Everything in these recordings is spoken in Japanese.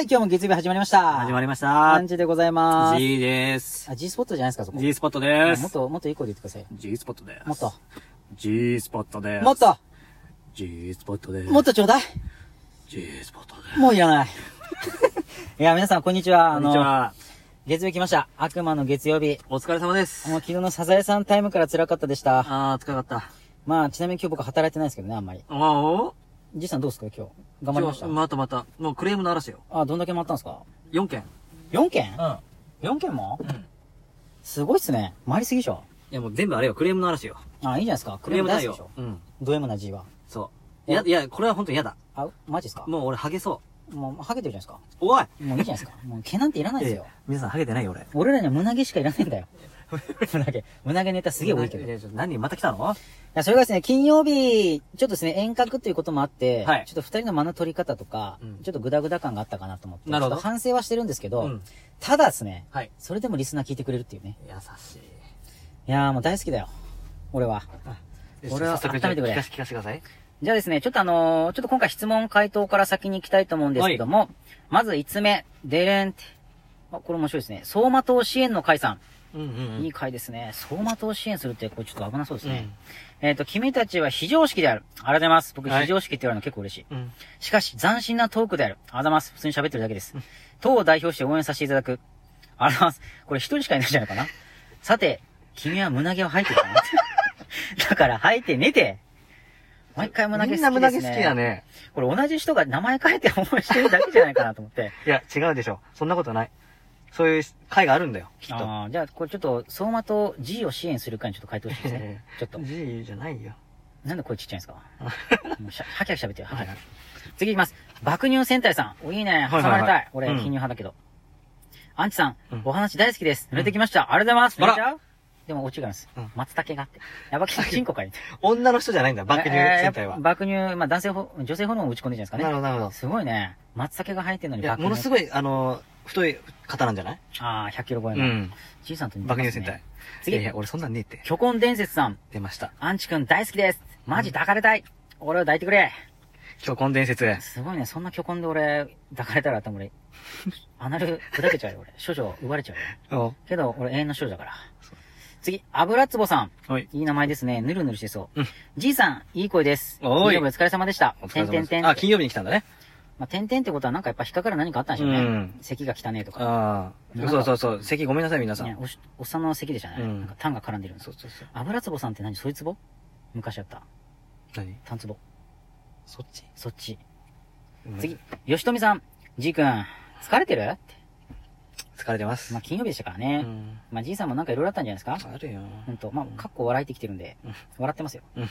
今日も月曜日始まりました。始まりましまた何。時でございます。 G です。あ、G スポットじゃないですか、そこ。 G スポットでもっす。と、もっといい声で言ってください。 G スポットです。もっと。 G スポットです。もっと、 G スポットです。もっとちょうだい。 G スポットです。もういら ない。いや、皆さん、こんにちは。こあんにちの、は。月曜日来ました。悪魔の月曜日。お疲れ様ですもう。昨日のサザエさんタイムから辛かったでした。あー、疲れかった。まあ、ちなみに今日僕働いてないですけどね、あんまり。あお G さんどうですか、今日。頑張りました。またまた。もうクレームの嵐よ。あ、どんだけ回ったんですか4件。 ?4 件ん。うん。 ?4 件もいすごいっすね。回りすぎでしょ。やもう全部あれよ、クレームの嵐よ。あ、いいじゃないですか。ククレレーームム大な好きいでしよょ。。うん。ド M な G は。そう。いや、いや、これは本当に嫌だ。あ、マジですかもう俺、ハゲそもう、ハゲてるじゃないですか。う。おいもういいじゃないです か。もう毛なんていらないですよ。皆さん、ハゲてないよ、俺。俺らには胸毛しかいらないん だよ。胸毛。胸毛ネタすげえ多いけど。いや。何また来たのや、それがですね、金曜日、ちょっとですね、遠隔ということもあって、はいちょっと二人の間の取り方とか、うんちょっとグダグダ感があったかなと思って、なるほどちょっと反省はしてるんですけど、うんただですね、はい。それでもリスナー聞いてくれるっていうね。優しい。いやーもう大好きだよ。俺は。俺は早速温めてくれ聞かせ聞かせてください。じゃあですね、ちょっとあのーちょっと今回質問回答から先に行きたいと思うんですけども、まず5つ目、デレンって。あ、これ面白いですね。相馬党支援の解散。うんうんうん。いい回ですね。相馬党を支援するって、これちょっと危なそうですね。えっ、と、君たちは非常識である。ありがとうございます。僕、はい非常識って言われるの結構嬉しい。うん。しかし、斬新なトークである。ありがとうございます。普通に喋ってるだけです。党を代表して応援させていただく。ありがとうございます。これ一人しかいないんじゃないかな。さて、君は胸毛を吐いてるかな だから、吐いて寝て。毎回胸毛好きです、ね。みんな胸毛好きだ。ね。これ同じ人が名前変えて思いしてるだけじゃないかなと思って。いや、違うでしょ。そんなことない。そういう会があるんだ よ、きっと。あーじゃあ、これちょっと、相馬と G を支援する会にちょっと回答してです ね。ちょっと。 G じゃないよ。なんで声ちっちゃいん ですかもうしゃはきはき喋ってよ。はきはき次いきます。爆乳戦隊さん。お、いいね。挟はいはいはいまれたい。俺、うん貧乳派だけど。アンチさんうん、お話大好きです。濡れてきました。ありがとうございます。あ濡られちゃうでも、オチがあるんですうん。松茸があって。やばきさん、チンコかい。女の人じゃないんだ、爆乳戦隊えーやっはぱ。爆乳、まあ、男性ホ、女性ホルモンを打ち込んでるんじゃないですかなね。るほど、なるほすごいね。松茸が生えてるのど。にいや、ものすごい。ごい、あの、太い方なんじゃないああ、100キロ超えうの。ん。じいさんと似てます爆ね乳戦隊。いやい次や、。俺そんなんねえって。巨根伝説さん。出ました。アンチくん大好きです。マジ抱かれたい。俺を抱いてくれ。今日、伝説。すごいね、そんな巨根で俺、抱かれたら頭俺、アナル砕けちゃうよ俺。少女奪われちゃうよ。おけど、俺永遠の少女だからそう。次、油壺さん。はい。いい名前ですね。ぬるぬるしてそううん。じいさん、いい声です。おい金曜日お疲れ様でしたお。疲てれんてん様てでん。す。あ、金曜日に来たんだね。まあ、てんてんってことはなんかやっぱ引っかかる何かあったんでしょううねん。咳が汚ねえとか。あなんかあ。そうそうそう。席ごめんなさい、皆さねん。おしおっさんの咳でしたね。うんなんか痰が絡んでるんですそう。そうそう。油壺さんって何そういう壺昔あった。何痰壺。そっちそっち。次、吉富さん。じいくん、疲れてるって。疲れてますまあ、。金曜日でしたからうね。ん。まあ、じいさんもなんかいろいろあったんじゃないですかあるよ。ほんと。まあ、かっこ笑いてきてるんでうん、笑ってますよ。うん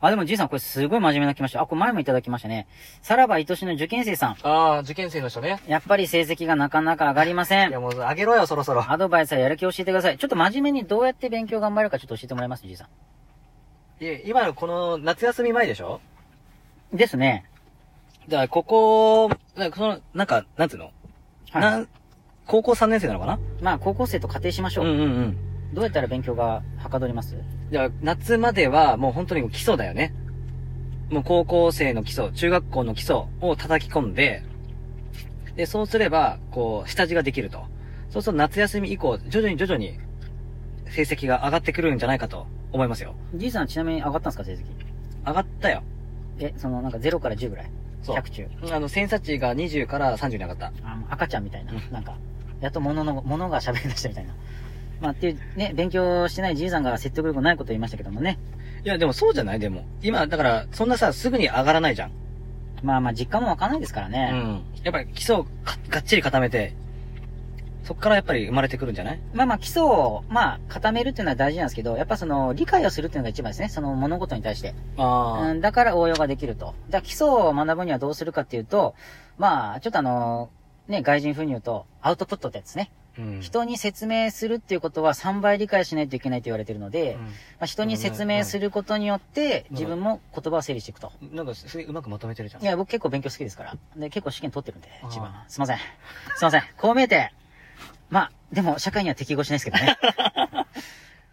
あ、でもじいさん、これすごい真面目な来ました。あ、これ前もいただきましたね。さらば愛しの受験生さん。ああ、受験生の人ね。やっぱり成績がなかなか上がりませいんや、。もう、あげろよ、そろそろ。アドバイスややる気教えてください。ちょっと真面目にどうやって勉強頑張るかちょっと教えてもらえますじいさいや、今のこの、夏休み前でしょん。ですね。だから、ここ、だからその、なんか、なんつうの、は。なん高校3年生なのかないまあ、高校生と仮定しましょう。うんうん。どうやったら勉強がはかどりますじゃあ、夏までは、もう本当に基礎だよね。もう高校生の基礎、中学校の基礎を叩き込んで、で、そうすれば、こう、下地ができると。そうすると夏休み以降、徐々に徐々に、成績が上がってくるんじゃないかと思いますよ。じいさん、ちなみに上がったんですか成績。上がったよ。え、その、なんか0から10ぐらい。そう100中。あの、偏差値が20から30に上がった。あの赤ちゃんみたいなう、なんか、やっと物の、物が喋り出したみたいな。まあっていう、ね、勉強してないじいさんが説得力ないことを言いましたけどもね。いや、でもそうじゃないでも。今、だから、そんなさ、すぐに上がらないじゃん。まあまあ実感もわかんないですからうね。ん。やっぱり基礎をかがっちり固めて、そっからやっぱり生まれてくるんじゃないまあまあ基礎を、まあ固めるっていうのは大事なんですけど、やっぱその理解をするっていうのが一番ですね。その物事に対して。うあん、だから応用ができると。だから基礎を学ぶにはどうするかっていうと、まあちょっとあの、ね、外人風入とアウトプットってやつですね。あ。うん。人に説明するっていうことは3倍理解しないといけないと言われてるので、まあ、人に説明することによって、うん自分も言葉を整理していくと。うん。なんか、すげえうまくまとめてるじゃん。いや、僕結構勉強好きですから。で、結構試験取ってるんで、あー自分。すいません。すいません。こう見えて、まあ、でも、社会には適合しないです けどね。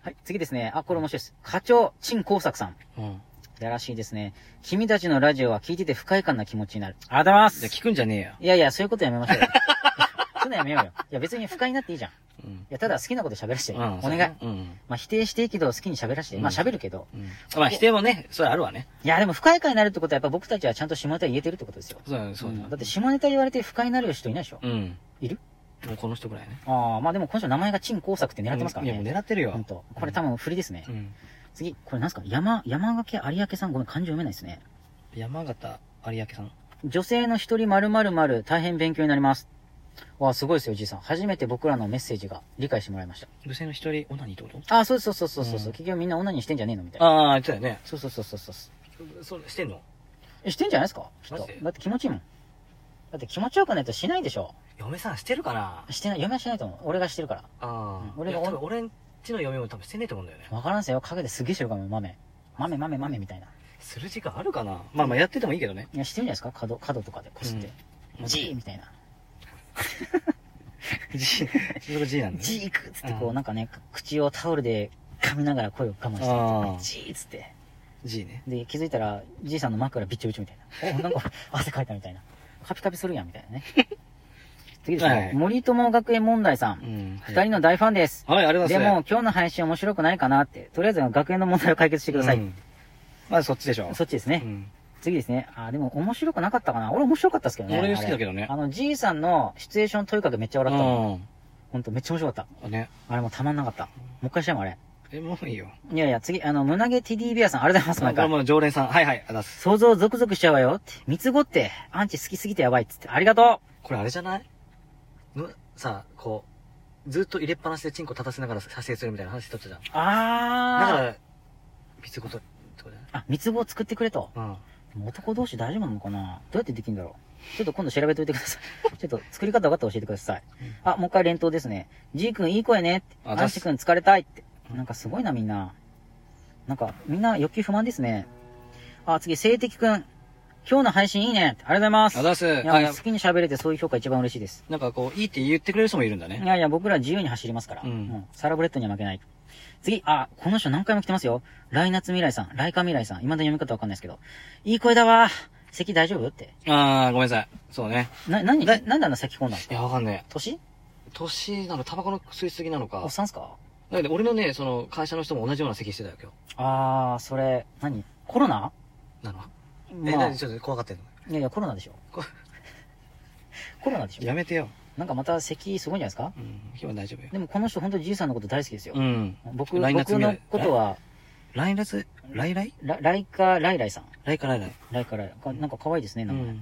はい、次ですね。あ、これ面白いです。課長、陳耕作さん。うん。だらしいですね。君たちのラジオは聞いてて不快感な気持ちになる。ありがとうございまじゃあす聞くんじゃねえよ。いやいや、そういうことやめましょうよ。 そういうのやめようよ。いや、別に不快になっていいじゃん。いうん。や、ただ好きなこと喋らせて。うおん願い。。うん。まあ、否定していいけど好きに喋らせて。まあ、うん喋るけど。うんまあ否定もね、それあるわね。いや、でも不快感になるってことはやっぱ僕たちはちゃんと下ネタ言えてるってことですよ。そうだね、そうだんだっね。て下ネタ言われて不快になる人いないでしょ。うん。いるもうこの人ぐらいね。ああ、まあでも今週名前が陳工作って狙ってますからいや、ね。もう狙ってるほんよ。と。これ多分振りですねう。ん。次、これなんすか山、山掛有明さんごめん、漢字読めないですね。山形有明さん。女性の一人〇〇〇大変勉強になります。わあ、すごいですよ、じいさん。初めて僕らのメッセージが理解してもらいまし女性の一人、オナニーってことた。あ、そうそうそうそうそう。ううん結局みんな女にしてんじゃねえのみたいな。ああ、言ってたよね。そうそうそうそうそう。それ、してんのえ、してんじゃないですかきっマとジで。だって気持ちいいもん。だって気持ちよくないとしないでしょ。嫁さんしてるかなしてない、嫁はしないと思う。俺がしてるから。あうん俺俺がが多分俺んちの嫁も多分してねえと思うんだよね。わからんせよ。陰ですげえしてるからもう豆。豆豆豆みたいな。する時間あるかなまあまあやっててもいいけどね。いや、してるんじゃないですか角、角とかでこすって。ジーみたいな。 G。それが G なんだね。ジークっつってこうう、んなんかね、口をタオルで噛みながら声を我慢してあージーっつって。 G ね。で、気づいたら、じいさんの枕びっちょびちょみたいな。お、なんか 汗かいたみたいな。カピカピするやんみたい なね。次ですね、はい森友学園問題さ。うんん。二、人の大ファンです。はい、ありがとうござでいまも、今日の配信面白くないかなって。とりあえず学園の問題を解決してす。ください。うんまあそっちでしょ。そっちですね。うん次ですね。あー、でも面白くなかったかな。俺面白かったですけどね。俺好きだけどねあれあの、じいさんのシチュエーション問いかけめっちゃう笑ったの。ん。ほんと、めっちゃ面白かった。あね。あれもうたまんなかった。もう一回してもんあれ。え、もういいよ。いやいや、次、あの、胸毛 TD ビアさん、ありがとうございあます。こなれんか、もう常連さん。はいはい、あざっす。想像ゾクゾクしちゃうわよって。三つ子って、アンチ好きすぎてやばいっつって、ありがとこれあれじゃないのさ、こう、ずっと入れっぱなしでチンコ立たせながら撮影するみたいな話しとったじゃん。だうあかー。ら、三つことってことだよね。あ、三つ子を作ってくれと。うん。でも男同士大丈夫なのかなどうやってできるんだろうちょっと今度調べといてください。ち ょっと作り方分かったら教えてください。あ、もう一回連投ですね。ジー君いい声ねって。あアンチ君疲れたいって。なんかすごいなみんな。なんかみんな欲求不満ですね。あ、次、性的君。今日の配信いいねって。ありがとうございます。あざっす。いや、もあう好きに喋れてそういう評価一番嬉しいです。なんかこう、いいって言ってくれる人もいるんだねい。やいや、僕ら自由に走りますから。うんサラブレッドには負けない。次、あ、この人何回も来てますよ。来夏未来さん、来夏未来さん。未だに読み方わかんないですけど。いい声だわ。咳大丈夫って。あー、ごめんなさい。そうね。な、なに、だなんであんな咳込んだんですいかや、わかんね年え。年なの、タバコの吸いすぎなのおっか。さんっすかだって俺のね、その、会社の人も同じような席してたよ、今あー、それ、何コロナ日。なのえ、まあ、なにいちょっと怖がってんのやいや、コロナでしょこ。 コロナでしょやめてよ。なんかまた咳すごいんじゃないですかうん、今日は大丈夫よ。でもこの人本当にじいさんのこと大好きですよう。ん。僕、来夏僕未来のことは、来月、来来ら来夏来来さん。来か来来。来夏来来。なんか可愛いですね、うなんか。ん。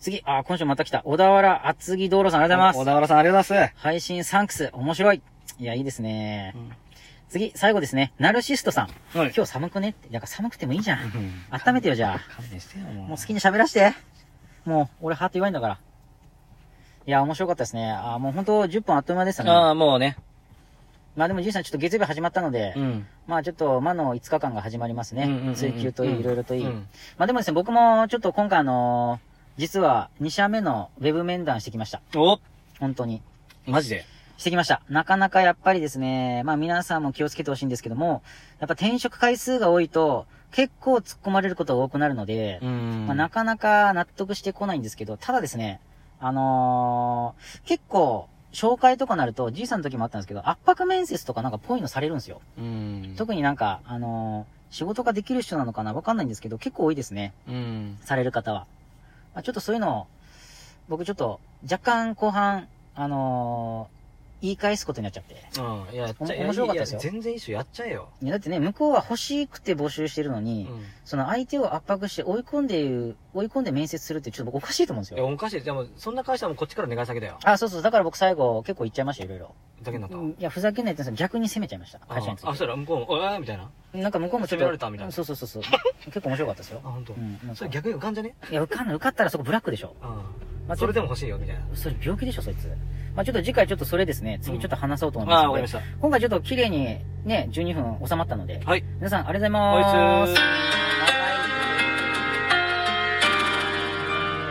次、あー、今週また来た。小田原厚木道路さん、ありがとうございます小。田原さん、ありがとうござい配信サンクス、面白い。いや、いいですね。ます。次、最後ですね。ナルシストさん。うん。はい。今日寒くねって。なんか寒くてもいいじゃん。うん温めてよ、じゃあ。勘弁してよ、もう。もう好きに喋らして。もう、俺ハート弱いんだから。いや、面白かったですね。あーもう本当10分あっという間でしたね。ああ、もうね。まあでもじいさん、ちょっと月曜日始まったので、ん。まあちょっと、魔の5日間が始まりますね。うんうんうんうん追求といい、いろいろといい。うんまあでもですね、僕もちょっと今回あのー実は2社目のウェブ面談してきました。お本当に。マジでしてきました。なかなかやっぱりですね、まあ皆さんも気をつけてほしいんですけども、やっぱ転職回数が多いと、結構突っ込まれることが多くなるので、んまあなかなか納得してこないんですけど、ただですね、あのー結構、紹介とかなると、じいさんの時もあったんですけど、圧迫面接とかなんかぽいのされるんですよ。うん。特になんか、あのー仕事ができる人なのかなわかんないんですけど、結構多いですね。うん。される方は。まあ、ちょっとそういうのを、僕ちょっと若干後半、あのー言い返すことになっちゃって。ああ、いや、やっちゃえお面白かったですよいや全然いいっしょ、やっちゃえよ。いやだってね、向こうは欲しくて募集してるのうに、ん。その相手を圧迫して追い込んでいう、追い込んで面接するってちょっと僕おかしいと思うんですいや、よ。おかしい。でも、そんな会社はもうこっちから願い先だよ。あ、そうそう。だから僕最後結構言っちゃいました、いろいろ。だけになった。うんいや、ふざけんなよって言ったんですけど逆に責めちゃいました、会社についあ、そしたら向こうも、おえみたいな。あ、て。なんか向こうもちょっと。責められたみたいなそうそうそうそう。結構面白かった ですよ。本当う。ん。なんかそれ逆に浮かんじゃねいや、受かんない。受かったらそこブラックでしょ。うまあん。それでも欲しいよ、みたいな。それ病気でしょ、そいつ。まあちょっと次回ちょっとそれですね、次ちょっと話そうと思いますので。ああ、わかりました。今回ちょっと綺麗にね、12分収まったので、はい。皆さんありがとうございおいます。すー。はい